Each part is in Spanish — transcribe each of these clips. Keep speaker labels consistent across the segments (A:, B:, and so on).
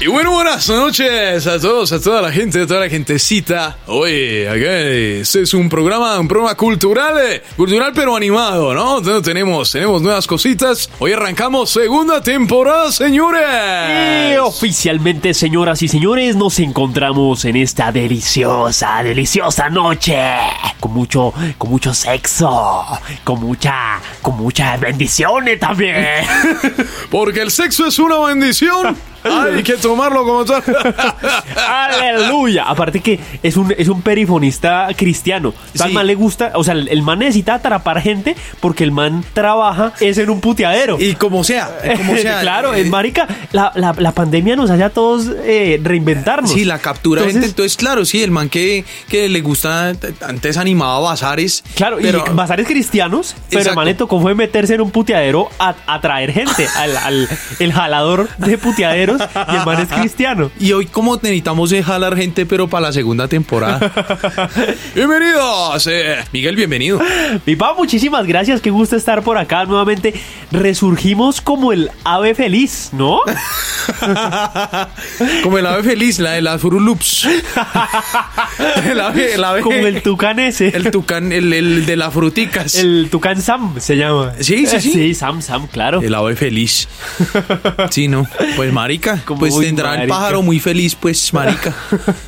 A: Y bueno, buenas noches a todos, a toda la gente, a toda la gentecita. Hoy, acá este es un programa, un programa cultural, eh, cultural pero animado, ¿no? Entonces tenemos, tenemos nuevas cositas. Hoy arrancamos segunda temporada,
B: Eh,
A: señores.
B: oficialmente, señoras y señores, nos encontramos en esta deliciosa, deliciosa noche. Con mucho, con mucho sexo. Con mucha, con muchas bendiciones también.
A: Porque el sexo es una bendición. Hay que tomarlo como tal.
B: Aleluya. Aparte que es un, es un perifonista cristiano. Tal
A: Sí.
B: man le gusta, o sea, el, el man necesita atrapar gente porque el man trabaja, es en un puteadero.
A: Y como sea, como sea.
B: claro,
A: eh,
B: es marica, la, la- la pandemia nos haya a todos eh, reinventarnos.
A: Sí, la captura de gente.
B: Entonces,
A: Entonces, claro, sí, el man que, que le gusta, antes animaba bazares.
B: Claro,
A: pero-
B: y bazares cristianos, pero
A: Exacto.
B: el man le tocó fue meterse en un puteadero a, a traer gente, al, al- el jalador de puteaderos, y el man es cristiano.
A: Y hoy como necesitamos de jalar gente, pero para la segunda temporada. Bienvenidos. eh, Miguel, bienvenido.
B: Mi pa, muchísimas gracias, qué gusto estar por acá nuevamente. Resurgimos como el ave feliz, ¿no?
A: Como el ave feliz, la de las Furulups. El ave, el ave.
B: Como el tucán ese.
A: el tucán, el, el de las fruticas. El,
B: El tucán Sam se llama.
A: Sí, sí, sí.
B: Sí, Sam, Sam, claro.
A: ave feliz. Sí, no. Pues marica,
B: Como,
A: pues
B: uy,
A: tendrá el
B: marica.
A: pájaro muy feliz, pues marica.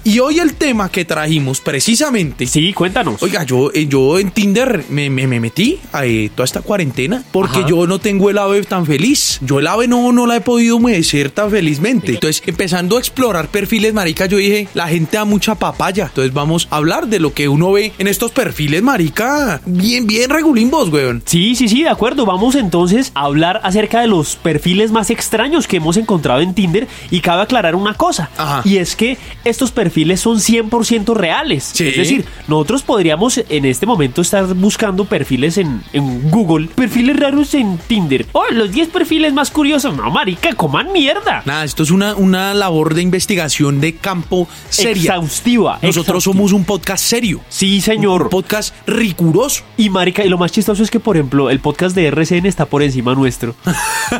A: Y hoy el tema que trajimos precisamente
B: Sí, cuéntanos.
A: Oiga, yo, eh, yo en Tinder me, me- me metí a eh, toda esta cuarentena porque
B: Ajá.
A: yo no tengo el ave tan feliz. Yo el ave no, no la he podido merecer tan felizmente. Entonces, empezando a explorar perfiles, marica, yo dije, la gente da mucha papaya. Entonces, vamos a hablar de lo que uno ve en estos perfiles, marica. Bien, bien regulimbos, weón.
B: Sí, sí, sí, de acuerdo. Vamos entonces a hablar acerca de los perfiles más extraños que hemos encontrado en Tinder y cabe aclarar una cosa.
A: Ajá.
B: Y es que estos perfiles son 100% reales.
A: Sí.
B: Es decir, nosotros podríamos en este momento estar buscando perfiles en, en Google, perfiles raros en Tinder. Oh, los 10 perfiles más curiosos. No, marica, coman mierda.
A: Nada, esto es una, una labor de investigación de campo seria.
B: Exhaustiva.
A: Nosotros
B: exhaustiva.
A: somos un podcast serio.
B: Sí,
A: Un
B: señor.
A: podcast riguroso.
B: Y marica, y lo más chistoso es que, por ejemplo, el podcast de RCN está por encima nuestro.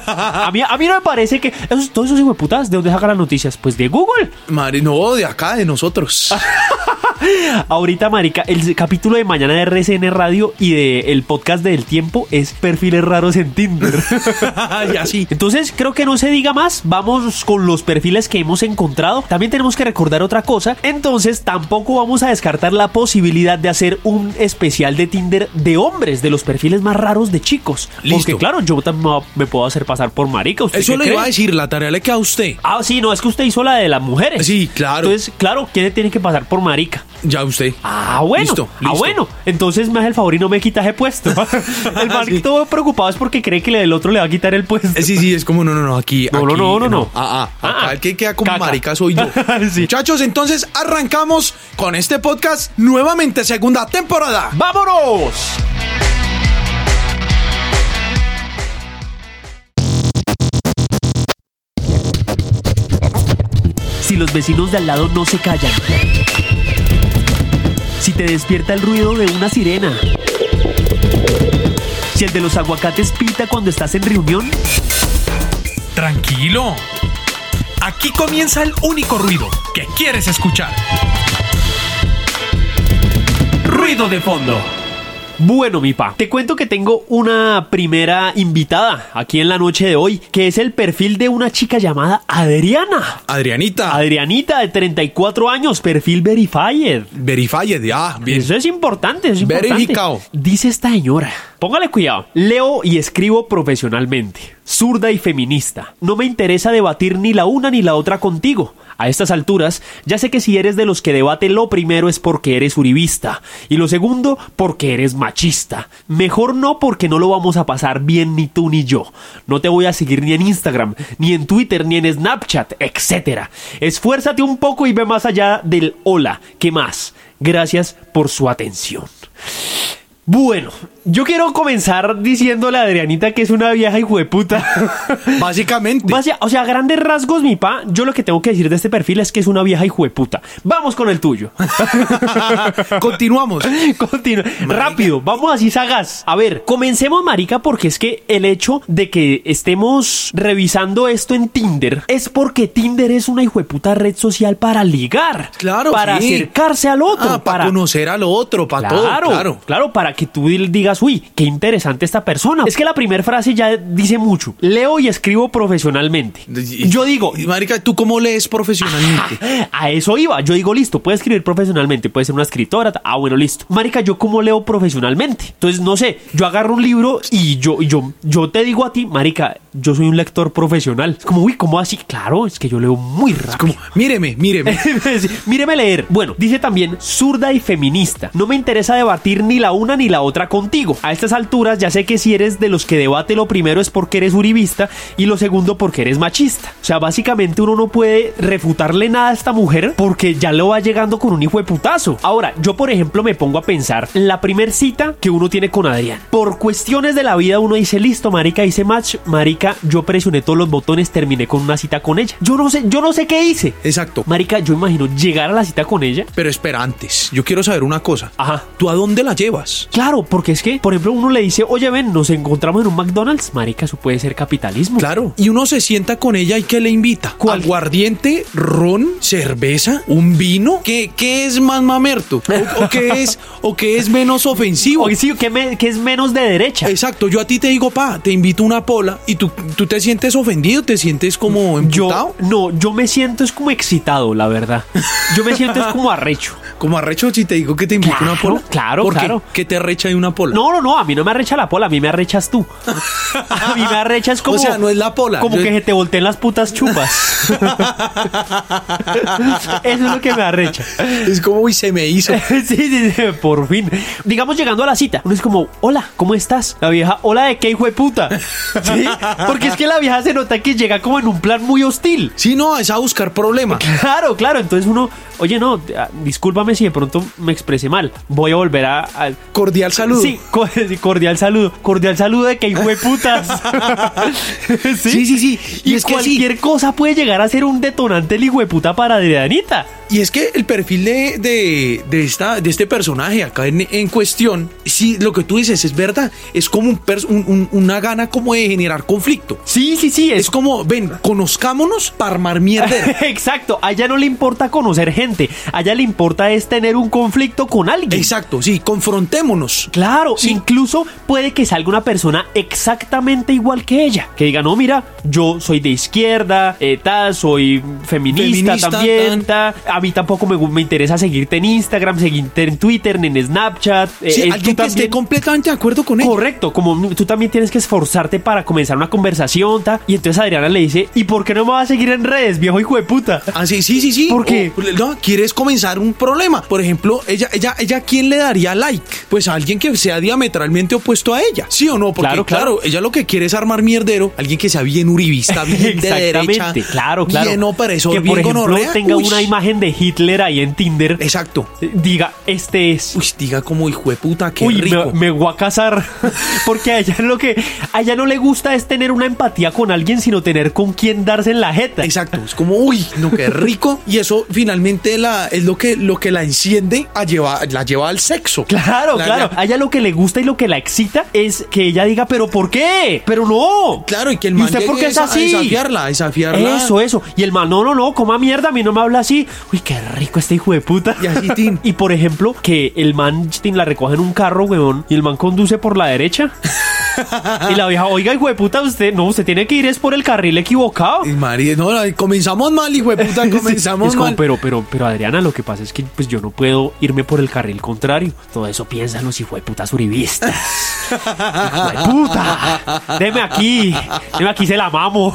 B: a, mí, a mí no me parece que... Esos, todos esos hijueputas, ¿de dónde sacan las noticias? Pues de Google.
A: Madre, no, de acá, de nosotros.
B: Ahorita, marica, el capítulo de mañana de RCN Radio y de el podcast de El Tiempo es perfiles raros en Tinder.
A: y así.
B: Entonces, creo que no se diga más. Vamos con los perfiles que hemos encontrado. También tenemos que recordar otra cosa. Entonces, tampoco vamos a descartar la posibilidad de hacer un especial de Tinder de hombres, de los perfiles más raros de chicos.
A: Listo.
B: Porque, claro, yo también me puedo hacer pasar por marica. ¿Usted
A: Eso
B: qué
A: le
B: cree?
A: iba a decir, la tarea le queda a usted.
B: Ah, sí, no, es que usted hizo la de las mujeres.
A: Sí, claro.
B: Entonces, claro, ¿quién tiene que pasar por marica?
A: Ya usted.
B: Ah, bueno.
A: Listo,
B: Ah,
A: listo.
B: bueno. Entonces me hace el favor y no me quita ese puesto. el man
A: Sí.
B: todo preocupado es porque cree que el otro le va a quitar el puesto.
A: Eh, Sí, sí, es como, no, no, no, aquí.
B: No, no,
A: aquí,
B: no, no, no.
A: Ah, ah, acá
B: Ah,
A: el que queda como
B: caca.
A: marica soy yo.
B: Sí.
A: Muchachos, entonces arrancamos con este podcast nuevamente, segunda temporada.
B: ¡Vámonos! Si los vecinos de al lado no se callan. Si te despierta el ruido de una sirena. Si el de los aguacates pita cuando estás en reunión.
A: Tranquilo. Aquí comienza el único ruido que quieres escuchar. Ruido de fondo.
B: Bueno, mi pa, te cuento que tengo una primera invitada aquí en la noche de hoy, que es el perfil de una chica llamada Adriana.
A: Adrianita.
B: Adrianita, de 34 años, perfil verified.
A: Verified, ya. Ah, bien.
B: Eso es importante, eso es importante.
A: Verificado.
B: Dice esta señora. Póngale cuidado. Leo y escribo profesionalmente. Zurda y feminista. No me interesa debatir ni la una ni la otra contigo. A estas alturas, ya sé que si eres de los que debate lo primero es porque eres uribista y lo segundo porque eres machista. Mejor no porque no lo vamos a pasar bien ni tú ni yo. No te voy a seguir ni en Instagram, ni en Twitter, ni en Snapchat, etc. Esfuérzate un poco y ve más allá del hola. ¿Qué más? Gracias por su atención. Bueno, yo quiero comenzar diciéndole a Adrianita que es una vieja hijueputa.
A: Básicamente.
B: Basi- o sea, a grandes rasgos, mi pa, yo lo que tengo que decir de este perfil es que es una vieja hijueputa. Vamos con el tuyo.
A: Continuamos.
B: Continúa. Rápido, vamos así sagaz. A ver, comencemos, marica, porque es que el hecho de que estemos revisando esto en Tinder es porque Tinder es una hijueputa red social para ligar.
A: Claro,
B: Para
A: sí.
B: acercarse al otro.
A: Ah, para conocer al otro, para
B: Claro,
A: todo. Claro.
B: claro, para que tú dil- digas, uy, qué interesante esta persona. Es que la primera frase ya dice mucho. Leo y escribo profesionalmente. Yo digo,
A: Y, Marica, ¿tú cómo lees profesionalmente?
B: a eso iba. Yo digo, listo, puede escribir profesionalmente, puede ser una escritora. ta- Ah, bueno, listo. Marica, yo cómo leo profesionalmente. Entonces, no sé, yo agarro un libro y yo, y yo, yo te digo a ti, Marica, yo soy un lector profesional. Es como, uy, ¿cómo así? Claro, es que yo leo muy rápido.
A: Como, míreme, míreme.
B: Sí, Míreme leer. Bueno, dice también zurda y feminista. No me interesa debatir ni la una ni la otra contigo. A estas alturas ya sé que si eres de los que debate lo primero es porque eres uribista y lo segundo porque eres machista. O sea, básicamente uno no puede refutarle nada a esta mujer porque ya lo va llegando con un hijo de putazo. Ahora, yo por ejemplo me pongo a pensar la primer cita que uno tiene con Adrián. Por cuestiones de la vida uno dice, listo, marica, hice match, marica, yo presioné todos los botones, terminé con una cita con ella. Yo no sé, yo no sé qué hice.
A: Exacto.
B: Marica, yo imagino llegar a la cita con ella.
A: Pero espera, antes, yo quiero saber una cosa.
B: Ajá.
A: ¿Tú a dónde la llevas?
B: Claro, porque es que, por ejemplo, uno le dice, oye, ven, nos encontramos en un McDonald's. Marica, eso puede ser capitalismo.
A: Claro. Y uno se sienta con ella y ¿qué le invita?
B: ¿Cuál?
A: Aguardiente, ron, cerveza, un vino. ¿Qué, qué es más mamerto? ¿O, o qué es, ¿O qué es menos ofensivo?
B: Oye, sí, que, me- que es menos de derecha.
A: Exacto, yo a ti te digo, pa, te invito una pola y tú, tú te sientes ofendido, te sientes como emputado,
B: Yo, no, yo me siento es como excitado, la verdad. Yo me siento es como arrecho.
A: como arrecho si te digo que te invito una
B: Claro,
A: pola.
B: claro,
A: ¿Por qué?
B: claro.
A: ¿Qué te arrecha de una pola?
B: No, no, no, a mí no me arrecha la pola, a mí me arrechas tú. A mí me arrechas como.
A: O sea, no es la pola.
B: Como
A: Yo-
B: que se te volteen las putas chupas. Eso es lo que me arrecha.
A: Es como, uy, se me hizo.
B: sí, sí, sí, por fin. Digamos llegando a la cita, uno es como, hola, ¿cómo estás? La vieja, hola de qué hijo de puta. ¿Sí? Porque es que la vieja se nota que llega como en un plan muy hostil.
A: Sí, no, es a buscar problema.
B: Claro, claro. Entonces uno, oye, no, ah, discúlpame si de pronto me expresé mal. Voy a volver a. a-
A: Cordial saludo.
B: Sí, co- sí, cordial saludo. Cordial saludo de que hijo de putas.
A: Sí, sí, sí.
B: Y,
A: Y es que sí.
B: cualquier cosa puede llegar a ser un detonante el hijo de puta para Adrianita.
A: Y es que el perfil de, de, de esta, de este personaje acá en, en cuestión, sí, lo que tú dices es verdad. Es como un pers- un- un- una gana como de generar conflicto.
B: Sí, sí, sí.
A: Es como, ven, conozcámonos para armar mierda.
B: Exacto, a ella no le importa conocer gente, a ella le importa es tener un conflicto con alguien.
A: Exacto, sí, confrontémonos.
B: Claro,
A: Sí.
B: incluso puede que salga una persona exactamente igual que ella, que diga, no, mira, yo soy de izquierda, eh, ta, soy feminista,
A: Feminista,
B: también, ta, a mí tampoco me, gu- me interesa seguirte en Instagram, seguirte en Twitter, ni en Snapchat. eh,
A: Sí,
B: eh, tú
A: alguien que esté
B: también-
A: completamente de acuerdo con él.
B: Correcto, como tú también tienes que esforzarte para comenzar una conversación, ta, y entonces Adriana le dice, ¿y por qué no me vas a seguir en redes, viejo hijo de puta?
A: Así, Ah, sí, sí, sí.
B: ¿Por qué?
A: O- no, quieres comenzar un problema. Por ejemplo, ella, ella, ella, ¿quién le daría like? Pues a alguien que sea diametralmente opuesto a ella. ¿Sí o no? Porque
B: Claro,
A: claro,
B: claro.
A: ella lo que quiere es armar mierdero, alguien que sea bien uribista, bien de derecha.
B: Exactamente, claro, claro.
A: Bien opresor,
B: que por
A: bien
B: ejemplo
A: gonorrea.
B: tenga
A: Uy,
B: una imagen de Hitler ahí en Tinder.
A: Exacto.
B: eh, Diga, este es.
A: Uy, diga como hijo de puta, qué
B: Uy, me,
A: rico.
B: me voy a casar. Porque a ella lo que. A ella no le gusta es tener una empatía con alguien, sino tener con quién darse en la jeta.
A: Exacto, es como, uy, no, qué rico. Y eso finalmente la, es lo que, lo que la enciende a llevar, la lleva al sexo.
B: Claro,
A: La-
B: claro.
A: la-
B: A ella lo que le gusta y lo que la excita es que ella diga, ¿pero por qué? ¡Pero no!
A: claro, y que el
B: ¿Y
A: man
B: usted por
A: llegue
B: qué es
A: a-
B: así?
A: A desafiarla, a desafiarla.
B: Eso, eso. Y el man, no, no, no, coma mierda, a mí no me habla así. Uy, qué rico este hijo de puta.
A: Y así, tin.
B: Y por ejemplo, que el man tin, la recoge en un carro, weón, y el man conduce por la derecha. y la vieja, oiga, hijo de puta, usted, no, usted tiene que ir es por el carril equivocado.
A: Y María, no, ay, comenzamos mal, hijo de puta, comenzamos
B: es como,
A: mal.
B: pero, pero, pero Adriana, lo que pasa es que pues yo no puedo irme por el carril contrario. Todo eso piensan los hijueputas uribistas. ¡Hijueputa! Deme aquí, deme aquí, se la mamo.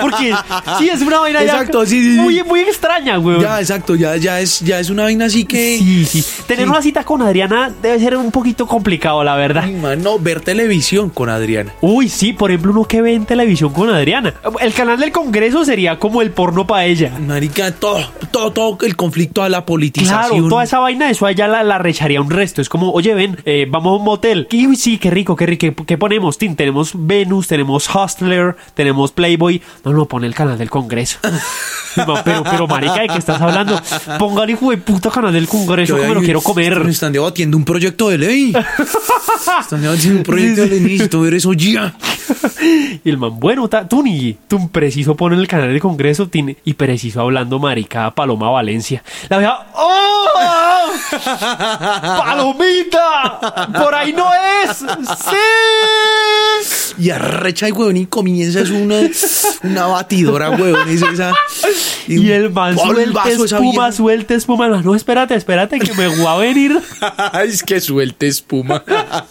B: Porque sí, es una vaina ya
A: Exacto, sí, sí, sí.
B: muy, muy extraña, güey.
A: Ya, exacto, ya, ya es, ya es una vaina así que.
B: Sí, sí. Tener una cita con Adriana debe ser un poquito complicado, la verdad.
A: Ay, man, no, ver televisión, televisión con Adriana.
B: Uy, sí, por ejemplo, uno que ve en televisión con Adriana. El canal del Congreso sería como el porno para ella.
A: Marica, todo, todo, todo el conflicto a la politización.
B: Claro, toda esa vaina, eso allá la, la recharía un resto. Es como, oye, ven, eh, vamos a un motel. Y uy, sí, qué rico, qué rico. ¿Qué, qué ponemos, Tim? Tenemos Venus, tenemos Hustler, tenemos Playboy. No, no, pone el canal del Congreso. No, pero, pero, marica, ¿de qué estás hablando? Ponga el hijo de puta canal del Congreso,
A: Yo,
B: como
A: ay,
B: lo quiero
A: est- est-
B: comer.
A: Están debatiendo un proyecto de ley. están debatiendo un proyecto de ley. Necesito ver eso ya.
B: Y el man, bueno, ta- tú ni tú preciso pone en el canal del Congreso tin- y preciso hablando marica Paloma Valencia. La vieja, ¡oh! ¡Palomita! ¡Por ahí no es! ¡Sí!
A: Y arrecha el huevón y comienza es una, una batidora, huevón. Es esa,
B: Y el man
A: Pablo, el
B: suelta
A: vaso, esa
B: espuma,
A: vieja.
B: suelta espuma. El man, no, espérate, espérate, que me voy a venir.
A: es que suelte espuma.
B: Ah,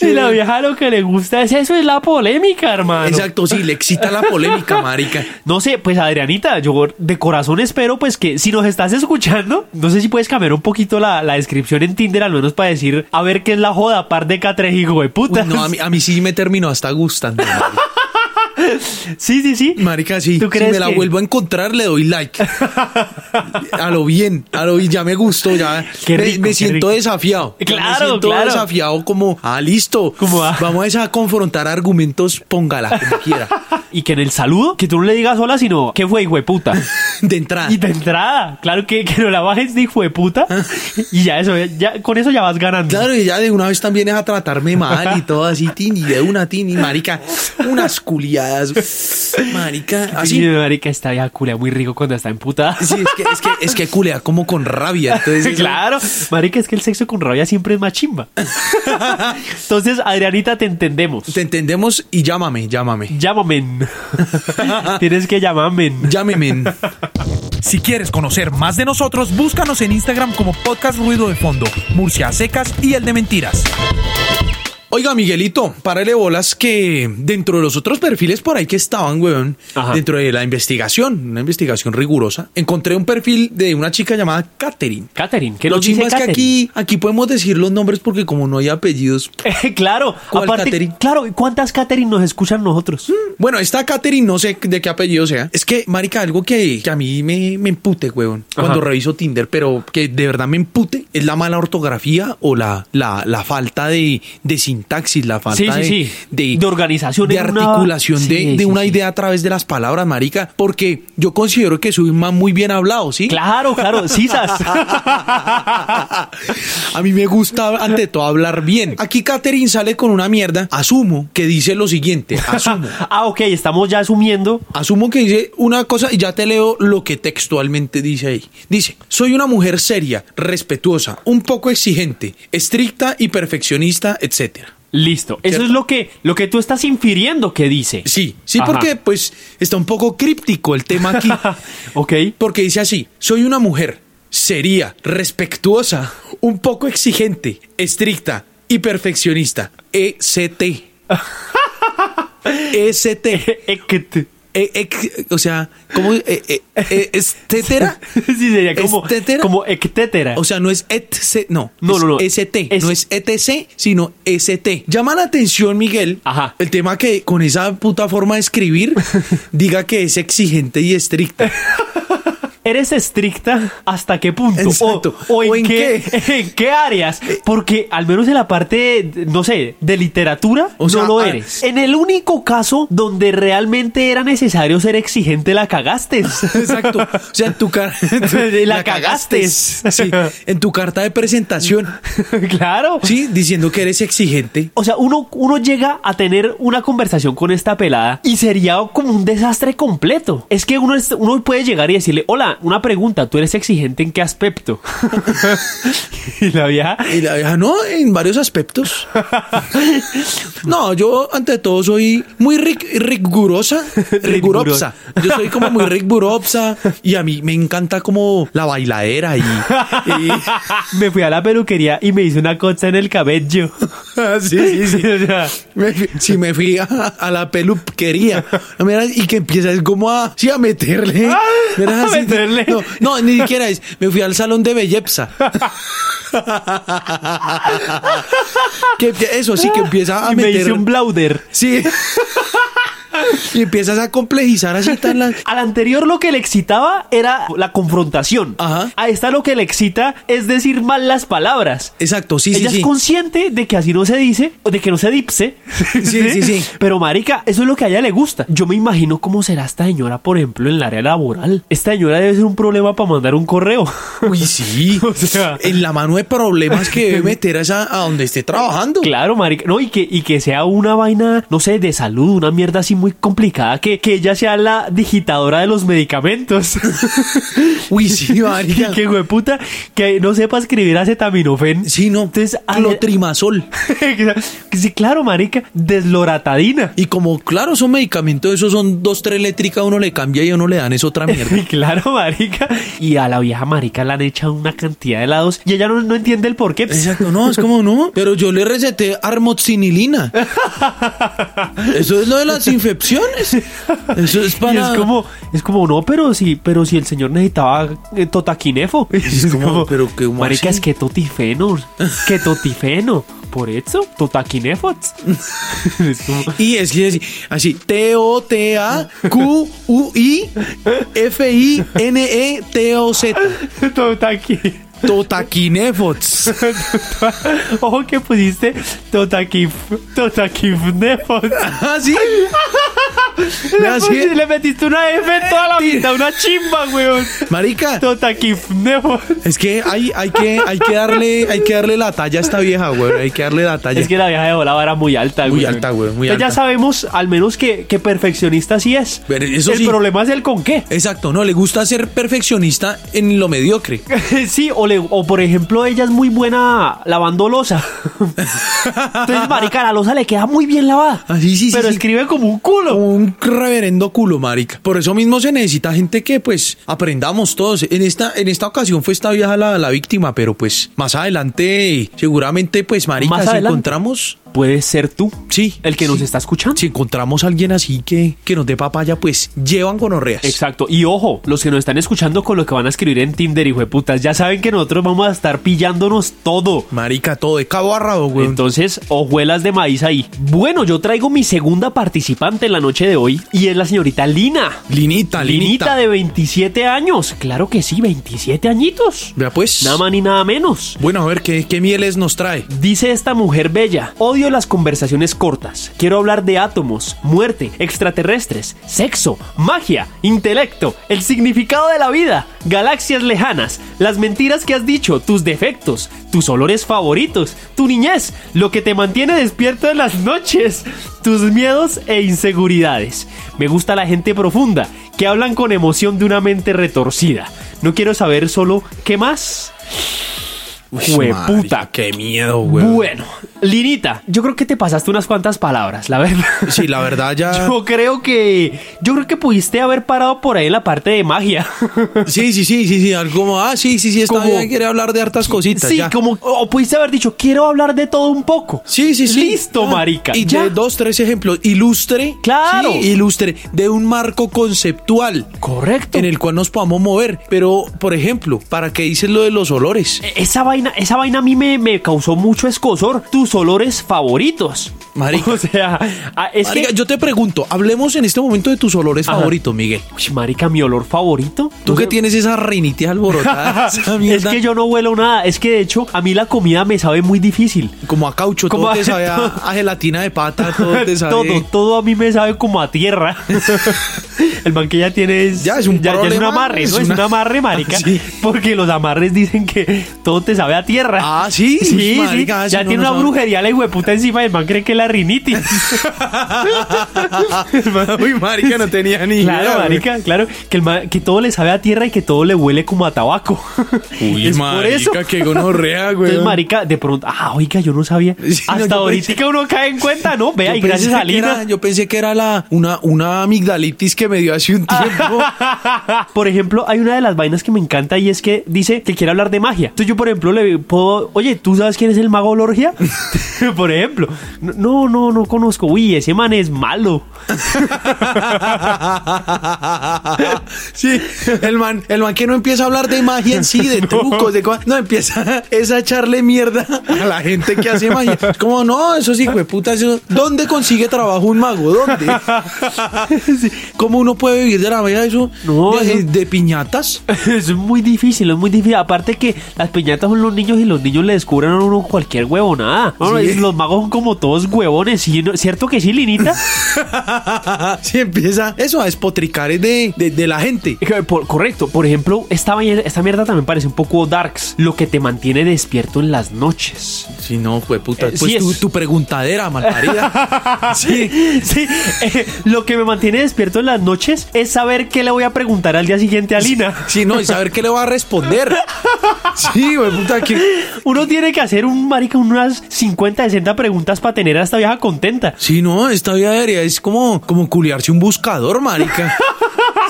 B: Y la vieja lo que le gusta es eso, es la polémica, hermano.
A: Exacto, sí, le excita la polémica, marica.
B: No sé, pues Adrianita, yo de corazón espero pues que si nos estás escuchando, no sé si puedes cambiar un poquito la, la descripción en Tinder al menos para decir a ver qué es la joda, par de K3 hijo de
A: Uy,
B: puta.
A: no, a mí, a mí sí me terminó hasta gustando. marica.
B: Sí, sí, sí.
A: Marica, sí.
B: ¿Tú crees
A: si me la
B: que-
A: vuelvo a encontrar, le doy like. a lo bien, a lo bien, ya me gustó, ya.
B: Qué
A: me,
B: rico,
A: me
B: qué
A: siento
B: rico.
A: desafiado.
B: Claro,
A: me siento
B: claro.
A: desafiado como, ah, listo.
B: Como, ah.
A: Vamos a confrontar argumentos, póngala, como quiera.
B: Y que en el saludo, que tú no le digas hola, sino ¿qué fue hijo de puta?
A: De entrada.
B: Y de entrada, claro que, que no la bajes de hijo de puta. Y ya eso, ya, con eso ya vas ganando.
A: Claro, y ya de una vez también es a tratarme mal y todo así, tin, y de una tin, y marica, unas culiadas. Marica, así.
B: Así. marica, está ya culea muy rico cuando está emputada.
A: Sí, es que, es que, es que culea como con rabia. Entonces, eso-
B: claro, marica, es que el sexo con rabia siempre es más chimba. Entonces, Adrianita, te entendemos.
A: Te entendemos y llámame, llámame.
B: Llámame. Tienes que llamarme.
A: Llámeme.
C: Si quieres conocer más de nosotros, búscanos en Instagram como Podcast Ruido de Fondo, Murcia a Secas y el de Mentiras.
A: Oiga, Miguelito, párale bolas que dentro de los otros perfiles por ahí que estaban, weón,
B: Ajá.
A: dentro de la investigación, una investigación rigurosa, encontré un perfil de una chica llamada Katherine.
B: Catherine, ¿qué
A: Lo
B: nos dice
A: chimba es que
B: Catherine?
A: aquí, aquí podemos decir los nombres porque como no hay apellidos.
B: claro,
A: ¿Cuál
B: aparte,
A: Catherine? Mm.
B: claro, ¿y ¿cuántas Catherine nos escuchan nosotros?
A: Bueno, esta Katherine, no sé de qué apellido sea. Es que, marica, algo que, que a mí me, me empute, weón,
B: Ajá.
A: cuando reviso Tinder, pero que de verdad me empute, es la mala ortografía o la, la, la falta de, de sintaxis, la falta
B: Sí, sí,
A: de,
B: sí. De organización
A: de
B: en una-
A: articulación de,
B: Sí,
A: de
B: sí,
A: una
B: sí.
A: idea a través de las palabras, marica, porque yo considero que soy un man muy bien hablado, ¿sí?
B: Claro, claro, sisas. Ah,
A: A mí me gusta ante todo hablar bien. Aquí Katherine sale con una mierda, asumo, que dice lo siguiente, asumo.
B: ah, ok, estamos ya asumiendo.
A: Asumo que dice una cosa y ya te leo lo que textualmente dice ahí. Dice, soy una mujer seria, respetuosa, un poco exigente, estricta y perfeccionista, etc.
B: Listo. Eso
A: Cierto.
B: es lo que, lo que tú estás infiriendo que dice.
A: Sí, sí,
B: Ajá.
A: porque pues está un poco críptico el tema aquí.
B: ok.
A: Porque dice así, soy una mujer seria, respetuosa, un poco exigente, estricta y perfeccionista, E ECT. ECT.
B: Eh, Eket.
A: E- ex- o sea, ¿cómo? E- e- e- ¿Estetera?
B: sí, sería como,
A: ¿Estetera?
B: como ectetera.
A: O sea, no es etc, no,
B: No,
A: es
B: no, no.
A: ST,
B: Es-
A: no es ETC, sino ST. Llama la atención, Miguel,
B: Ajá.
A: el tema que con esa puta forma de escribir diga que es exigente y estricta.
B: ¿Eres estricta hasta qué punto? O-
A: Exacto.
B: O, en, qué, en qué áreas?
A: Eh,
B: Porque al menos en la parte, no sé, de literatura,
A: O sea,
B: no lo
A: ah,
B: eres. En el único caso donde realmente era necesario ser exigente, la cagaste.
A: Exacto. O sea, en tu carta
B: La cagaste.
A: Sí, en tu carta de presentación,
B: claro.
A: sí, diciendo que eres exigente.
B: O sea, uno, uno llega a tener una conversación con esta pelada y sería como un desastre completo. Es que uno, es- uno puede llegar y decirle, hola, una pregunta, ¿tú eres exigente en qué aspecto? y la vieja...
A: Y la vieja, no, en varios aspectos. No, yo ante todo soy muy rig- rigurosa, rigurosa. Yo soy como muy rigurosa y a mí me encanta como la bailadera y, y-
B: Me fui a la peluquería y me hice una cosa en el cabello.
A: Ah, sí, sí, sí.
B: O sea,
A: Me fui- sí, me fui a, a la peluquería. Mira, y que empiezas como a, sí, a meterle. Mira,
B: Ah, A
A: así,
B: meterle.
A: No, no, ni siquiera es. Me fui al salón de belleza. Que empie- eso sí que empieza a
B: Y me
A: meter.
B: hice un blauder.
A: Sí. y empiezas a complejizar así tan la.
B: Al anterior lo que le excitaba era la confrontación.
A: Ajá.
B: A esta lo que le excita es decir mal las palabras.
A: Exacto, sí,
B: Ella
A: sí,
B: es
A: sí.
B: consciente de que así no se dice, o de que no se dipse.
A: Sí, sí, sí.
B: Pero marica, eso es lo que a ella le gusta. Yo me imagino cómo será esta señora, por ejemplo, en el área laboral. Esta señora debe ser un problema para mandar un correo.
A: Uy, sí.
B: O sea-
A: En la mano de problemas que debe meter a, esa- a donde esté trabajando.
B: Claro, marica. No, y que, y que sea una vaina, no sé, de salud, una mierda así muy complicada, que, que ella sea la digitadora de los medicamentos.
A: Uy, sí,
B: que
A: marica.
B: que, hueputa, que no sepa escribir acetaminofén.
A: Sí, no.
B: Entonces, a-
A: Clotrimazol.
B: que sí, claro, marica, desloratadina.
A: Y como, claro, son medicamentos, esos son dos, tres eléctricas, uno le cambia y a uno le dan es otra mierda.
B: Y claro, marica. Y a la vieja marica le han echado una cantidad de helados y ella no, no entiende el por qué.
A: Exacto, no, es como no. Pero yo le receté armoxinilina. Eso es lo de las infecciones. Eso es
B: Y
A: para.
B: es como, es como, no, pero si, pero si el señor necesitaba eh, totaquinefo.
A: es como, pero qué humo
B: Marica,
A: así.
B: es que totifeno. Que totifeno. Por eso, totaquinefots. es como,
A: Y es que es así, E T-O-T-A-Q-U-I-F-I-N-E-T-O-Z.
B: totaqui.
A: Totaquinefots.
B: Ojo que pusiste totaquif, totaquifnefos.
A: Ah, sí.
B: Le,
A: Así
B: pusiste-
A: es.
B: le metiste una F en toda la
A: Sí.
B: vida, una chimba, weón.
A: Marica,
B: Totaquifnefos.
A: es que hay, hay que hay que darle hay que darle la talla a esta vieja, güey. Hay que darle la talla.
B: Es que la vieja de volaba era muy alta,
A: Muy
B: weón.
A: alta, weón, muy
B: Entonces Ya
A: alta.
B: sabemos, al menos, que, que perfeccionista sí es.
A: Pero eso
B: el
A: sí.
B: problema es el con qué.
A: Exacto, no le gusta ser perfeccionista en lo mediocre.
B: Sí, o, le- o por ejemplo, ella es muy buena lavando losa. Entonces, marica, la losa le queda muy bien lavada.
A: Ah, sí, sí, sí,
B: Pero
A: sí.
B: escribe como un culo.
A: Un reverendo culo, marica. Por eso mismo se necesita gente que, pues, aprendamos todos. En esta, en esta ocasión fue esta vieja la, la víctima, pero pues, más adelante, seguramente, pues, marica,
B: Más
A: si
B: adelante.
A: encontramos,
B: Puedes ser tú.
A: Sí,
B: El que
A: sí.
B: nos está escuchando.
A: si encontramos a alguien así que, que nos dé papaya, pues, llevan gonorreas.
B: Exacto. Y ojo, los que nos están escuchando con lo que van a escribir en Tinder, hijo de putas, ya saben que nosotros vamos a estar pillándonos todo.
A: Marica, todo de cabo a rabo, güey.
B: Entonces, hojuelas de maíz ahí. Bueno, yo traigo mi segunda participante en la noche de hoy y es la señorita Lina.
A: Linita, linita.
B: Linita de 27 años. Claro que sí, 27 añitos.
A: Vea, pues.
B: Nada más ni nada menos.
A: Bueno, a ver, ¿qué, qué mieles nos trae?
B: Dice esta mujer bella, odio las conversaciones cortas, quiero hablar de átomos, muerte, extraterrestres, sexo, magia, intelecto, el significado de la vida, galaxias lejanas, las mentiras que has dicho, tus defectos, tus olores favoritos, tu niñez, lo que te mantiene despierto en las noches, tus miedos e inseguridades. Me gusta la gente profunda, que hablan con emoción de una mente retorcida. No quiero saber solo qué más. Jueputa.
A: marica, qué miedo, güey.
B: Bueno, Linita, yo creo que te pasaste unas cuantas palabras, la verdad.
A: Sí, la verdad ya...
B: Yo creo que. Yo creo que pudiste haber parado por ahí en la parte de magia.
A: Sí, sí, sí, sí, sí, algo como, ah, sí, sí, sí, está
B: Como-
A: bien, quiere hablar de hartas cositas.
B: sí,
A: ya.
B: como. O pudiste haber dicho, quiero hablar de todo un poco.
A: Sí, sí, sí.
B: Listo,
A: Ah,
B: marica.
A: Y
B: ya.
A: de dos, tres ejemplos. Ilustre.
B: Claro.
A: Sí, ilustre. De un marco conceptual
B: Correcto.
A: en el cual nos podamos mover. Pero, por ejemplo, ¿para qué dices lo de los olores?
B: E, Esa vaina, esa vaina a mí me, me causó mucho escosor. Tus olores favoritos.
A: Marica.
B: O sea, ah, es
A: Marica,
B: que.
A: yo te pregunto, hablemos en este momento de tus olores
B: Ajá.
A: favoritos, Miguel.
B: Uy, marica, mi olor favorito.
A: Tú
B: No
A: que
B: sé-
A: tienes esa rinitis alborotada, esa
B: Es
A: mierda,
B: que yo no huelo nada. Es que de hecho, a mí la comida me sabe muy difícil.
A: como a caucho,
B: Como
A: todo
B: a-
A: te sabe a, a gelatina de pata, todo te sabe...
B: Todo, todo a mí me sabe como a tierra. El man que ya tiene es,
A: Ya es un problema,
B: amarre,
A: es
B: ¿no? Es un
A: una-
B: amarre, marica.
A: Sí.
B: Porque los amarres dicen que todo te sabe a tierra.
A: Ah, ¿sí?
B: Sí,
A: Uy,
B: sí.
A: marica, ah,
B: ya
A: sí, no, no
B: tiene una
A: sabe.
B: brujería la hueputa encima y el man cree que es la rinitis.
A: Uy, marica, no tenía ni idea,
B: claro,
A: güey.
B: marica, claro. Que, el man- que todo le sabe a tierra y que todo le huele como a tabaco.
A: Uy,
B: Es por
A: marica,
B: eso.
A: qué gonorrea, güey.
B: Entonces, marica, de pronto, ah, oiga, yo no sabía.
A: Sí, no,
B: Hasta
A: yo
B: ahorita
A: pensé-
B: uno cae en cuenta, ¿no? Vea,
A: Yo
B: y gracias
A: pensé
B: a
A: que
B: Lina.
A: era- Yo pensé que era la, una, una amigdalitis que que me dio hace un tiempo.
B: por ejemplo, hay una de las vainas que me encanta y es que dice que quiere hablar de magia. Entonces yo, por ejemplo, le puedo, oye, ¿tú sabes quién es el mago Lorgia? por ejemplo, no, no, no conozco. Uy, ese man es malo.
A: sí, el man, el man que no empieza a hablar de magia en sí, de trucos, de cosas. No, empieza es a echarle mierda a la gente que hace magia. Es como, no, eso sí, puta, eso. ¿Dónde consigue trabajo un mago? ¿Dónde? ¿Cómo uno puede vivir de la magia de eso?
B: No,
A: de,
B: eso-
A: de piñatas.
B: es muy difícil, es muy difícil. Aparte que las piñatas son los niños y los niños le descubren a uno cualquier huevonada. Bueno,
A: Sí.
B: y Los magos son como todos huevones, ¿sí? ¿No- ¿cierto que sí, Linita?
A: Sí, empieza eso a despotricar de, de, de la gente.
B: Eh, por- correcto, por ejemplo, esta, vaina- esta mierda también parece un poco darks, lo que te mantiene despierto en las noches.
A: Sí, no, fue puta.
B: Eh,
A: Pues
B: sí
A: tu,
B: es.
A: tu preguntadera, malparida. sí.
B: Sí, eh, lo que me mantiene despierto en las noches es saber qué le voy a preguntar al día siguiente a Lina.
A: Sí, no, y saber qué le va a responder. Sí, güey, puta, que.
B: Uno tiene que hacer un marica unas 50, 60 preguntas para tener a esta vieja contenta.
A: Sí, no, esta vida aérea es como, como culiarse un buscador, marica.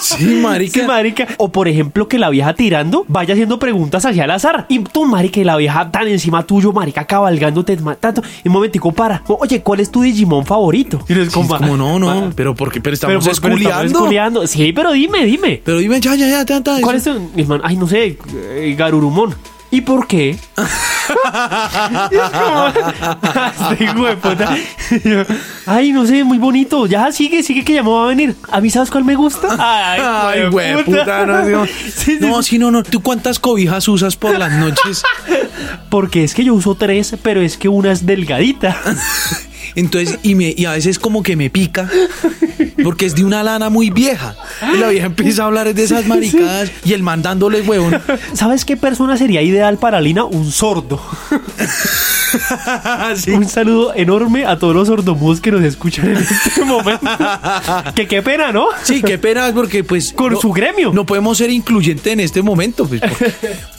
A: Sí, marica.
B: Sí, marica. O por ejemplo, que la vieja tirando vaya haciendo preguntas hacia el azar. Y tú, marica, y la vieja tan encima tuyo, marica, cabalgándote ma- tanto. Y un momentico para. O- Oye, ¿cuál es tu Digimon favorito? Y eres
A: Sí, es como, no, no, pero porque pero
B: Pero,
A: estamos
B: pues, pero estamos
A: esculiando. Pero,
B: esculeando. Sí, pero dime, dime.
A: dime, ya, ya, ya, tanta.
B: ¿Cuál es tu, hermano? Ay, no sé, eh, Garurumon. ¿Y por qué? Y es como, este hijo de puta. Ay, no sé, muy bonito. Ya sigue, sigue que ya me va a venir. ¿A mí sabes cuál me gusta?
A: Ay, güey,
B: hueputa.
A: puta, no, no,
B: Sí, sí,
A: no,
B: sí.
A: sí, no, no. ¿Tú cuántas cobijas usas por las noches?
B: Porque es que yo uso tres, pero es que una es delgadita.
A: Entonces, y, me, y a veces como que me pica, porque es de una lana muy vieja. Y la vieja empieza a hablar de esas maricadas y el man dándole huevón.
B: ¿Sabes qué persona sería ideal para Lina? Un sordo. Un saludo enorme a todos los sordomudos que nos escuchan en este momento. que qué pena, ¿no?
A: Sí, qué pena, porque pues...
B: Con
A: no-
B: su gremio.
A: No podemos ser incluyente en este momento. pues, porque-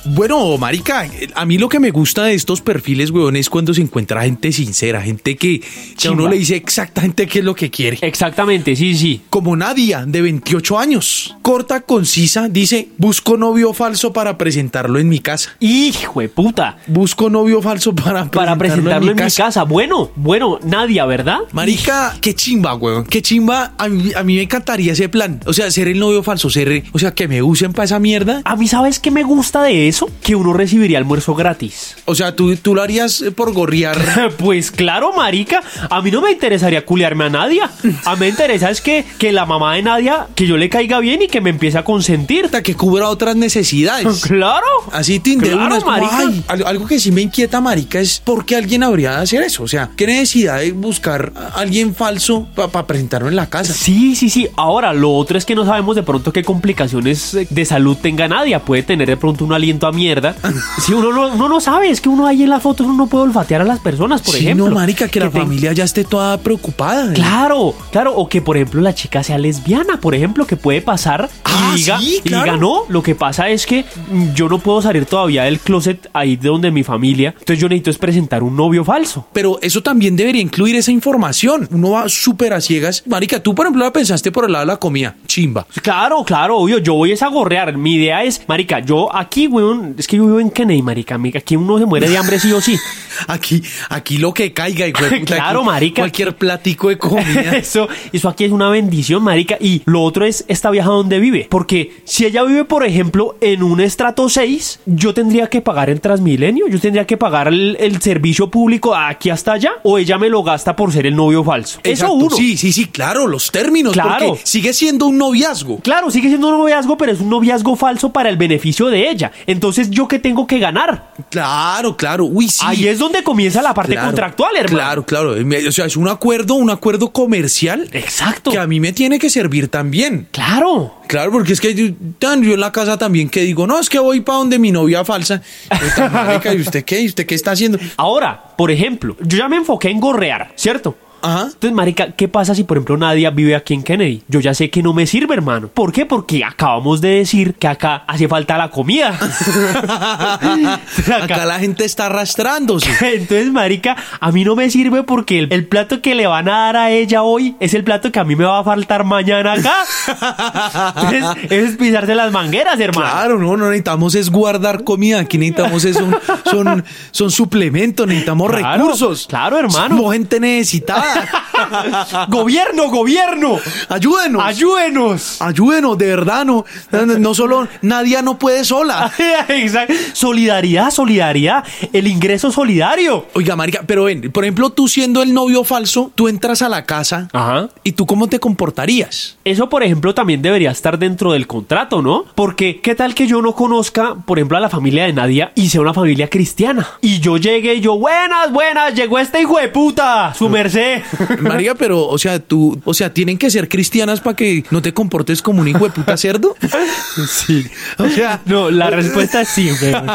A: bueno, marica, a mí lo que me gusta de estos perfiles, huevón, es cuando se encuentra gente sincera, gente que, que a uno
B: Chimba.
A: le dice exactamente qué es lo que quiere.
B: Exactamente, sí, sí.
A: como Nadia, de 28 años. Corta, concisa, dice, busco novio falso para presentarlo en mi casa.
B: Hijo de puta.
A: Busco novio falso para presentarlo,
B: Para presentarlo en mi casa. Bueno, bueno, Nadia, ¿verdad?
A: Marica, qué chimba, weón. Qué chimba. A mí, a mí me encantaría ese plan. O sea, ser el novio falso, ser. O sea, que me usen para esa mierda.
B: A mí, ¿sabes qué me gusta de eso? Que uno recibiría almuerzo gratis.
A: O sea, tú, tú lo harías eh, por gorrear.
B: Pues claro, marica. A mí no me interesaría culiarme a Nadia. A mí me interesa es que, que la mamá de Nadia, que yo le caiga bien y que me empiece a consentir.
A: Hasta que cubra otras necesidades.
B: Claro.
A: Así te de
B: Claro,
A: una, es como,
B: marica.
A: ay, al- algo que sí me inquieta, marica, es por qué alguien habría de hacer eso. O sea, qué necesidad de buscar a alguien falso para presentarlo en la casa.
B: Sí, sí, sí. Ahora, lo otro es que no sabemos de pronto qué complicaciones eh, de salud tenga Nadia. Puede tener de pronto un aliento a mierda. Si uno no, uno no sabe, es que uno ahí en las fotos uno no puede olfatear a las personas, por
A: sí,
B: ejemplo.
A: no, marica, que, la
B: te-
A: familia ya esté toda preocupada.
B: Claro, claro, o que por ejemplo la chica sea lesbiana, por ejemplo, que puede pasar y,
A: Ah,
B: diga,
A: sí,
B: y
A: claro.
B: diga, no, lo que pasa es que mm, yo no puedo salir todavía del closet ahí de donde mi familia, entonces yo necesito es presentar un novio falso.
A: Pero eso también debería incluir esa información. Uno va súper a ciegas. Marica, tú, por ejemplo, la pensaste por el lado de la comida. Chimba.
B: Claro, claro, obvio, yo voy es a gorrear. Mi idea es, marica, yo aquí, weón, es que yo vivo en Kennedy, marica, amiga, aquí uno se muere de hambre sí o sí.
A: Aquí, aquí lo que caiga, hijo de puta,
B: Claro,
A: aquí
B: marica.
A: Cualquier platico de comida.
B: Eso, eso aquí es una bendición, marica. Y lo otro es esta vieja donde vive. Porque si ella vive, por ejemplo, en un estrato 6, yo tendría que pagar el Transmilenio, yo tendría que pagar el, el servicio público aquí hasta allá, o ella me lo gasta por ser el novio falso.
A: Exacto.
B: Eso uno.
A: Sí, sí, sí, claro, los términos.
B: Claro.
A: Porque sigue siendo un noviazgo.
B: Claro, sigue siendo un noviazgo, pero es un noviazgo falso para el beneficio de ella. Entonces, ¿yo qué tengo que ganar?
A: Claro, claro. Uy, sí.
B: Ahí es donde comienza la parte
A: Claro,
B: contractual, hermano.
A: Claro, claro. O sea, es un acuerdo, un acuerdo comercial
B: Exacto.
A: que a mí me tiene que servir también.
B: Claro.
A: Claro, porque es que yo, tan, yo en la casa también que digo, no, es que voy para donde mi novia falsa. Yo, tan, marica, ¿Y usted qué? ¿Y usted qué está haciendo?
B: Ahora, por ejemplo, yo ya me enfoqué en gorrear, ¿cierto?
A: Ajá.
B: Entonces, marica, ¿qué pasa si, por ejemplo, Nadia vive aquí en Kennedy? Yo ya sé que no me sirve, hermano. ¿Por qué? Porque acabamos de decir que acá hace falta la comida.
A: Acá la gente está arrastrándose.
B: Entonces, marica, a mí no me sirve porque el, el plato que le van a dar a ella hoy es el plato que a mí me va a faltar mañana acá. Entonces, es pisarse las mangueras, hermano.
A: Claro, no, no necesitamos es guardar comida, aquí necesitamos es un- son, son suplementos, necesitamos
B: Claro,
A: recursos.
B: claro, hermano.
A: Somos gente necesitada.
B: ¡Gobierno, gobierno!
A: Ayúdenos.
B: ¡Ayúdenos!
A: ayúdenos, de verdad, no. No solo nadie no puede sola.
B: Exacto. Solidaridad, solidaridad. El ingreso solidario.
A: Oiga, marica, pero ven, por ejemplo, tú siendo el novio falso, tú entras a la casa
B: Ajá.
A: y tú cómo te comportarías.
B: Eso, por ejemplo, también debería estar dentro del contrato, ¿no? Porque, ¿qué tal que yo no conozca, por ejemplo, a la familia de Nadia y sea una familia cristiana? Y yo llegue y yo, buenas, buenas, llegó este hijo de puta, su merced.
A: Marica, pero, o sea, tú, o sea, tienen que ser cristianas para que no te comportes como un hijo de puta cerdo.
B: Sí.
A: O sea,
B: No, la respuesta es sí, weón.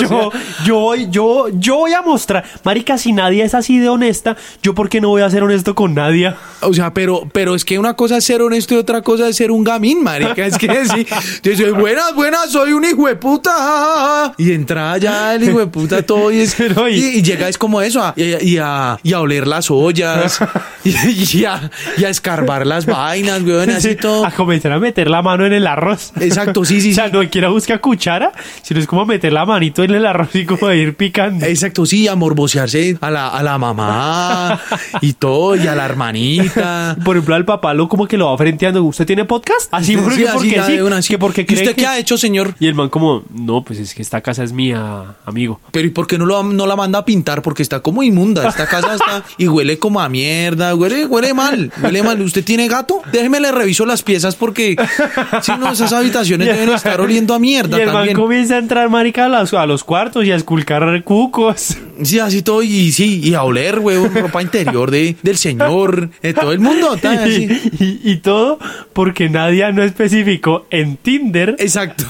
B: Yo, yo, voy- yo, yo voy a mostrar. Marica, si Nadia es así de honesta, ¿yo por qué no voy a ser honesto con Nadia?
A: O sea, pero, pero es que una cosa es ser honesto y otra cosa es ser un gamín, marica. Es que sí. Yo soy buenas, buenas, soy un hijo de puta. ja, ja, ja". Y entra allá el hijo de puta todo y, es,
B: Pero
A: y,
B: y-
A: y llega es como eso, a, y, a- y a, y a oler las ollas y, y a, y a escarbar las vainas, weón, así
B: Sí,
A: todo.
B: A comenzar a meter la mano en el arroz.
A: Exacto, sí, sí,
B: O sea,
A: sí.
B: no quiera buscar cuchara, sino es como meter la manito en el arroz y como ir picando.
A: Exacto, sí, a morbosearse a la, a la mamá y todo, y a la hermanita.
B: Por ejemplo, al papá lo como que lo va frenteando. ¿Usted tiene podcast? Así porque
A: Sí, así,
B: porque
A: ya
B: sí,
A: de una, así.
B: que porque
A: ¿Y
B: cree
A: usted
B: que-
A: qué ha hecho, señor?
B: Y el man como, no, pues es que esta casa es mía, amigo.
A: Pero ¿y por qué no, lo, no la manda a pintar? Porque está como inmunda. Esta casa está y huele como a mierda. Huele, huele mal. Huele mal. ¿Usted tiene gato? Déjeme le reviso las piezas porque si no, esas habitaciones deben estar oliendo a mierda
B: Y el man
A: también.
B: comienza a entrar, marica, a los, a los cuartos y a esculcar cucos.
A: Sí, así todo. Y sí, y a oler, huevón, ropa interior de, del señor, de todo el mundo.
B: Y,
A: tan así.
B: y- y todo porque nadie no especificó en Tinder
A: Exacto.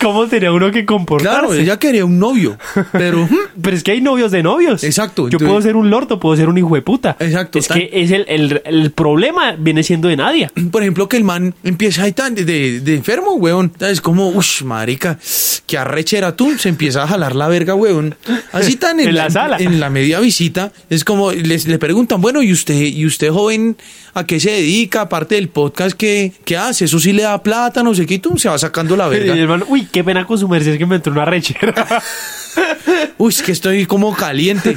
B: cómo tenía uno que comportarse.
A: Claro, ella quería un novio, pero ujú,
B: Pero es que hay novios de novios.
A: Exacto,
B: Yo
A: entonces-
B: puedo ser un lordo, puedo ser un hijo de puta.
A: Exacto,
B: Es
A: tan-
B: que es el, el- el problema viene siendo de Nadia.
A: por ejemplo, que el man empieza ahí tan de, de- de enfermo, weón. Es como, uff, marica, que arrechera tú, se empieza a jalar la verga, weón. Así tan
B: En la sala.
A: En la media visita, es como, les, le preguntan, bueno, ¿y usted, y usted joven, a qué se dedica? Aparte del podcast, ¿qué, qué hace? Eso sí le da plata, no sé qué, y tú se va sacando la
B: Y el
A: verga.
B: hermano, uy, qué pena con su merced, es que me entró una rechera.
A: Uy, es que estoy como caliente.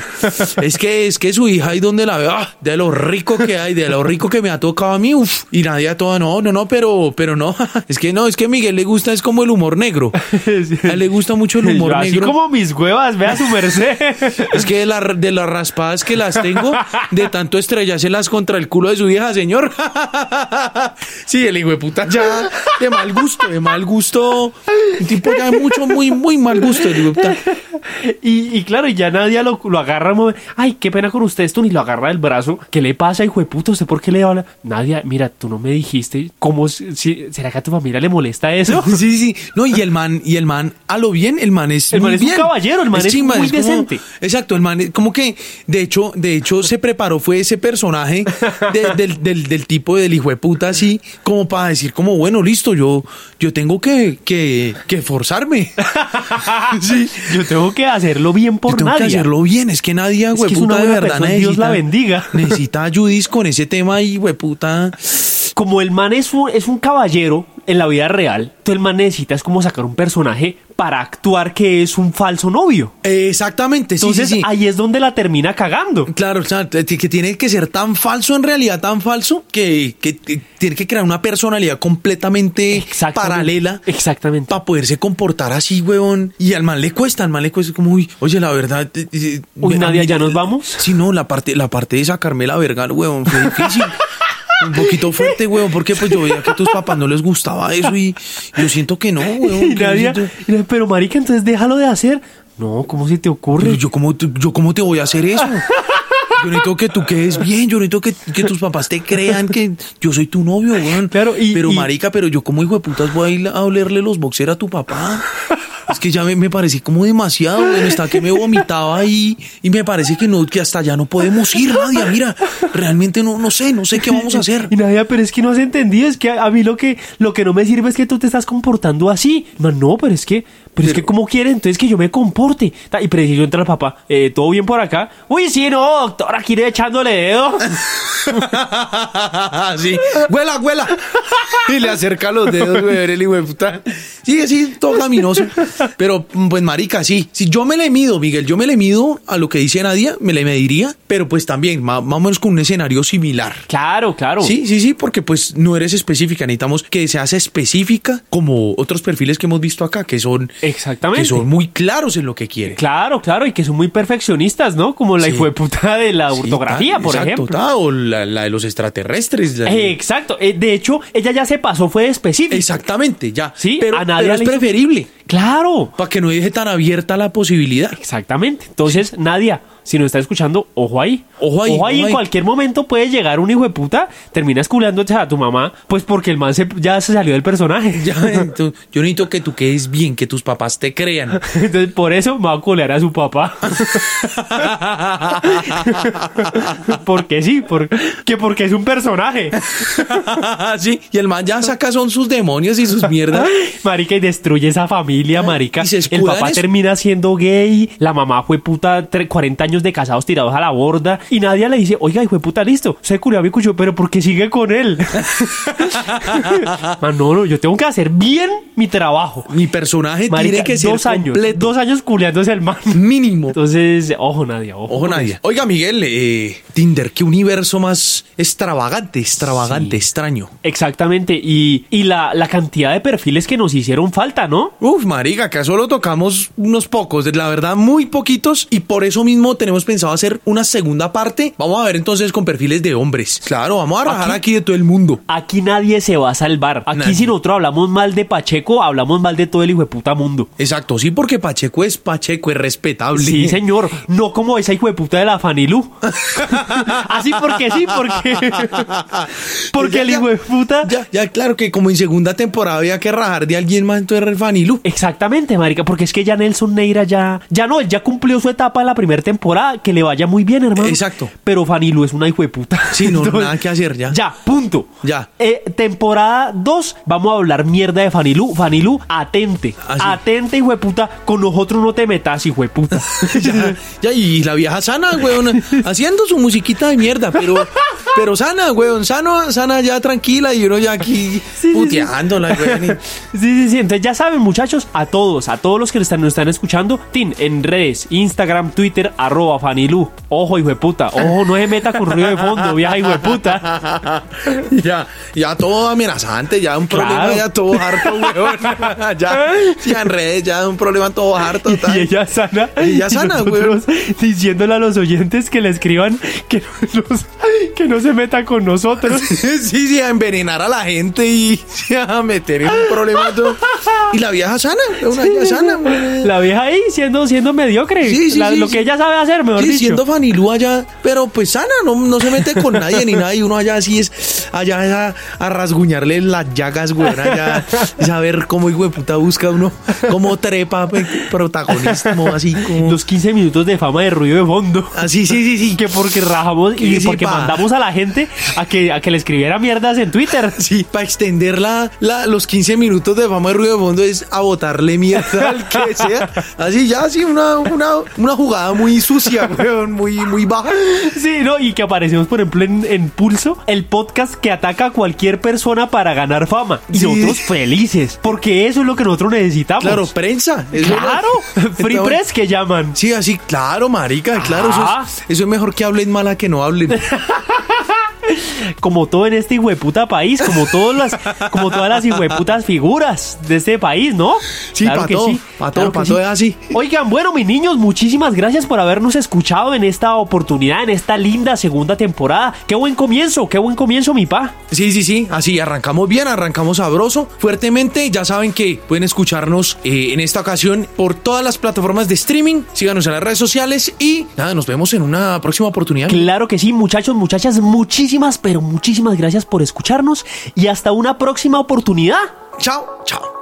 A: Es que, es que su hija, ¿y dónde la veo? Ah, de lo rico que hay, de lo rico que me ha tocado a mí, uff. Y nadie a toda, no, no, no, pero, pero no. Es que no, es que a Miguel le gusta, es como el humor negro. A él le gusta mucho el humor
B: Yo, así
A: negro.
B: como mis huevas, vea su merced.
A: Es que de, la- de las raspadas que las tengo, de tanto estrellárselas contra el culo de su vieja, señor. Sí, el hijo de puta ya de mal gusto, de mal gusto. Un tipo ya de mucho, muy, muy mal gusto, el hijo de puta.
B: y, y claro, ya Nadia lo, lo agarra. mo- Ay, qué pena con usted esto, ni lo agarra del brazo. ¿Qué le pasa, hijo de puta? ¿Usted por qué le habla? Nadia, mira, tú no me dijiste. ¿Cómo? se- si- ¿Será que a tu familia le molesta eso?
A: Sí, sí, sí. No, y el man, y el man, a lo bien, el man es.
B: El man
A: muy
B: es un
A: bien.
B: caballero, el man es muy
A: como-
B: decente.
A: exacto, el man es como que, de hecho, de hecho, se preparó, fue ese personaje de- del, del- del tipo del hijo de puta, así, como para decir, como, bueno, listo, yo, yo tengo que, que, que forzarme.
B: sí. Yo tengo que hacerlo bien por
A: Yo tengo
B: Nadia.
A: que hacerlo bien, es que nadie,
B: que es
A: hueputa,
B: una
A: de
B: buena
A: verdad
B: persona,
A: necesita.
B: Dios la bendiga.
A: Necesita ayudis con ese tema y hueputa.
B: como el man es un, es un caballero en la vida real, tú el man necesita es como sacar un personaje para actuar que es un falso novio.
A: Exactamente, sí,
B: Entonces
A: sí, sí.
B: ahí es donde la termina cagando.
A: Claro, o sea, t- que tiene que ser tan falso, en realidad tan falso, que, que t- tiene que crear una personalidad completamente
B: Exactamente.
A: paralela
B: Exactamente.
A: para poderse comportar así, huevón. Y al man le cuesta, al man le cuesta como, uy, oye, la verdad... eh, eh,
B: Uy,
A: a
B: Nadia,
A: mí-
B: ¿ya nos vamos?
A: Sí, no, la parte, la parte de sacarme la verga, huevón, fue difícil. Un poquito fuerte, huevón, porque pues yo veía que a tus papás no les gustaba eso y yo siento que no, huevón.
B: Y
A: que yo
B: Nadia,
A: siento-
B: y Nadia, pero marica, entonces déjalo de hacer. No, ¿cómo se te
A: Pero
B: ocurre?
A: yo cómo, te- yo cómo te voy a hacer eso. Yo necesito que tú quedes bien, yo necesito que, que tus papás te crean que yo soy tu novio, weón.
B: Claro, y-
A: pero
B: y-
A: marica, pero yo como hijo de putas voy a ir a olerle los boxer a tu papá. Es que ya me, me parecí como demasiado, bueno, hasta que me vomitaba ahí y me parece que no, que hasta allá no podemos ir, Nadia. Mira, realmente no, no sé, no sé qué vamos a hacer.
B: Y Nadia, pero es que no has entendido, es que a, a mí lo que, lo que no me sirve es que tú te estás comportando así. Man, no, pero es que, pero, es que como quieren, entonces que yo me comporte. Ta- Y preciso entra el papá, eh, ¿todo bien por acá? Uy, sí, no, doctor, aquí iré echándole dedo.
A: Así, huela, huela. Y le acerca los dedos, güey, el hijo de puta. Sí, sí, todo caminoso. Pero, mm, pues, marica, sí. Si yo me le mido, Miguel, yo me le mido a lo que dice Nadia, me le mediría, pero pues también, ma- más o menos con un escenario similar.
B: Claro, claro.
A: Sí, sí, sí, porque pues no eres específica. Necesitamos que seas específica como otros perfiles que hemos visto acá, que son,
B: Exactamente.
A: que son muy claros en lo que quieren.
B: Claro, claro, y que son muy perfeccionistas, ¿no? Como la
A: Sí.
B: hijueputa de la
A: Sí,
B: ortografía,
A: tal,
B: por
A: exacto,
B: ejemplo.
A: tal, o la, la de los extraterrestres. la-
B: Eh, Exacto. Eh, de hecho, ella ya se pasó, fue de específico.
A: Exactamente, ya.
B: Sí,
A: pero,
B: a nadie
A: pero
B: le
A: es
B: hizo-
A: preferible.
B: Claro.
A: Para que no deje tan abierta la posibilidad.
B: Exactamente. Entonces, Nadia, si nos está escuchando, ojo ahí.
A: Ojo ahí,
B: Ojo ahí,
A: ojo
B: en
A: ahí.
B: cualquier momento puede llegar un hijo de puta, terminas culeándote a tu mamá, pues porque el man se- ya se salió del personaje.
A: Ya, entonces, yo necesito que tú quedes bien, que tus papás te crean.
B: Entonces, por eso me va a culear a su papá. porque sí, por- que porque es un personaje.
A: sí, y el man ya saca son sus demonios y sus mierdas.
B: Marica, y destruye esa familia, marica.
A: Ah, Y se escudan
B: el papá
A: es-
B: termina siendo gay, la mamá fue puta tre- 40 años de casados tirados a la borda y nadie le dice, oiga, hijo de puta, listo, se curió a mi cucho, pero ¿por qué sigue con él? Man, no, no, yo tengo que hacer bien mi trabajo.
A: Mi personaje
B: Marica,
A: tiene que ser
B: dos años,
A: completo,
B: dos años culeándose el man.
A: mínimo.
B: Entonces, ojo, Nadia, ojo.
A: Ojo, nadie. Oiga, Miguel, eh, Tinder, qué universo más extravagante, extravagante, extraño.
B: Exactamente, y, y la, la cantidad de perfiles que nos hicieron falta, ¿no?
A: Uf, marica, acá solo tocamos unos pocos, la verdad muy poquitos y por eso mismo tenemos pensado hacer una segunda parte. Vamos a ver entonces con perfiles de hombres. Claro, vamos a rajar aquí de todo el mundo.
B: Aquí nadie se va a salvar. Aquí
A: Nadie.
B: si nosotros hablamos mal de Pacheco, hablamos mal de todo el hijo de puta mundo.
A: Exacto, sí, porque Pacheco es Pacheco, es respetable.
B: Sí, señor. No como esa hijo de puta de la Fanilú. Así porque sí, porque... porque el
A: Ya, ya,
B: hijo de puta...
A: Ya, ya, claro que como en segunda temporada había que rajar de alguien más, entonces era el Fanilu.
B: Exactamente, marica, porque es que ya Nelson Neira ya... Ya no, él ya cumplió su etapa en la primera temporada, que le vaya muy bien, hermano.
A: Exacto.
B: Pero Fanilú es una hijo de puta.
A: Sí, no, nada que hacer, ya.
B: Ya, punto.
A: Ya.
B: Eh, temporada 2, vamos a hablar mierda de Fanilú. Fanilú, atente.
A: Así.
B: Atente, hijo de puta. Con nosotros no te metas, hijo de puta.
A: Ya, ya, y la vieja sana, weón, haciendo su musiquita de mierda, pero, pero sana, weón, sano, sana ya tranquila y uno ya aquí
B: Sí, sí,
A: puteándola, weón. y-
B: Sí, sí, sí. Entonces ya saben, muchachos, a todos, a todos los que nos están, nos están escuchando, Tin, en redes, Instagram, Twitter, arroba Fanilú. Ojo, hijo de puta. Ojo, no se meta con ruido de fondo, vieja hijo de puta.
A: Ya, ya todo amenazante, ya un
B: Claro.
A: problema ya todo harto, weón. ya, ya en redes, ya un problema todo harto. tal.
B: Y ella sana.
A: Y ella sana, güey.
B: nosotros Diciéndole a los oyentes que le escriban que no, nos- que no se meta con nosotros.
A: sí, sí, a envenenar a la gente y sí, a meter en un problema todo. Y la vieja sana, una vieja sana, weón.
B: La vieja ahí siendo, siendo mediocre.
A: Sí, sí,
B: La-
A: sí,
B: lo
A: sí.
B: que ella sabe hacer, mejor
A: Sí,
B: dicho.
A: siendo Fanilú allá, pero pues sana, no, no se mete con nadie ni nada. Y uno allá así es, allá es a, a rasguñarle las llagas, güey. Allá es a ver cómo, hijo de puta, busca uno, cómo trepa pues, protagonismo, así como.
B: Los 15 minutos de fama de ruido de fondo.
A: Así, Ah, sí, sí, sí.
B: que porque rajamos
A: Sí,
B: y
A: sí,
B: porque
A: pa.
B: mandamos a la gente a que, a que le escribiera mierdas en Twitter.
A: Sí, para extender la, la- los 15 minutos de fama de ruido de fondo es a botarle mierda al que sea. Así ya, así una, una, una jugada muy sucia, weón, muy, muy baja.
B: Sí, ¿no? Y que aparecemos, por ejemplo, en, en Pulso, el podcast que ataca a cualquier persona para ganar fama. Y
A: Sí.
B: nosotros felices, porque eso es lo que nosotros necesitamos.
A: Claro, prensa. es lo-
B: Claro, Free
A: Estamos-
B: Press que llaman.
A: Sí, así, claro, marica, claro. eso es-
B: Ah.
A: Eso, es, mejor que hablen mal a que no hablen.
B: Como todo en este hijueputa país, como, todas las, como todas las hijueputas figuras de este país, ¿no?
A: Sí, pa' todo, pa' todo,
B: que
A: pa' todo es así.
B: Oigan, bueno, mis niños, muchísimas gracias por habernos escuchado en esta oportunidad, en esta linda segunda temporada. Qué buen comienzo, qué buen comienzo, mi pa.
A: Sí, sí, sí, así, arrancamos bien, arrancamos sabroso, fuertemente. Ya saben que pueden escucharnos eh, en esta ocasión por todas las plataformas de streaming. Síganos en las redes sociales y nada, nos vemos en una próxima oportunidad.
B: Claro que sí, muchachos, muchachas, muchísimas, pero muchísimas gracias por escucharnos y hasta una próxima oportunidad.
A: Chao, chao.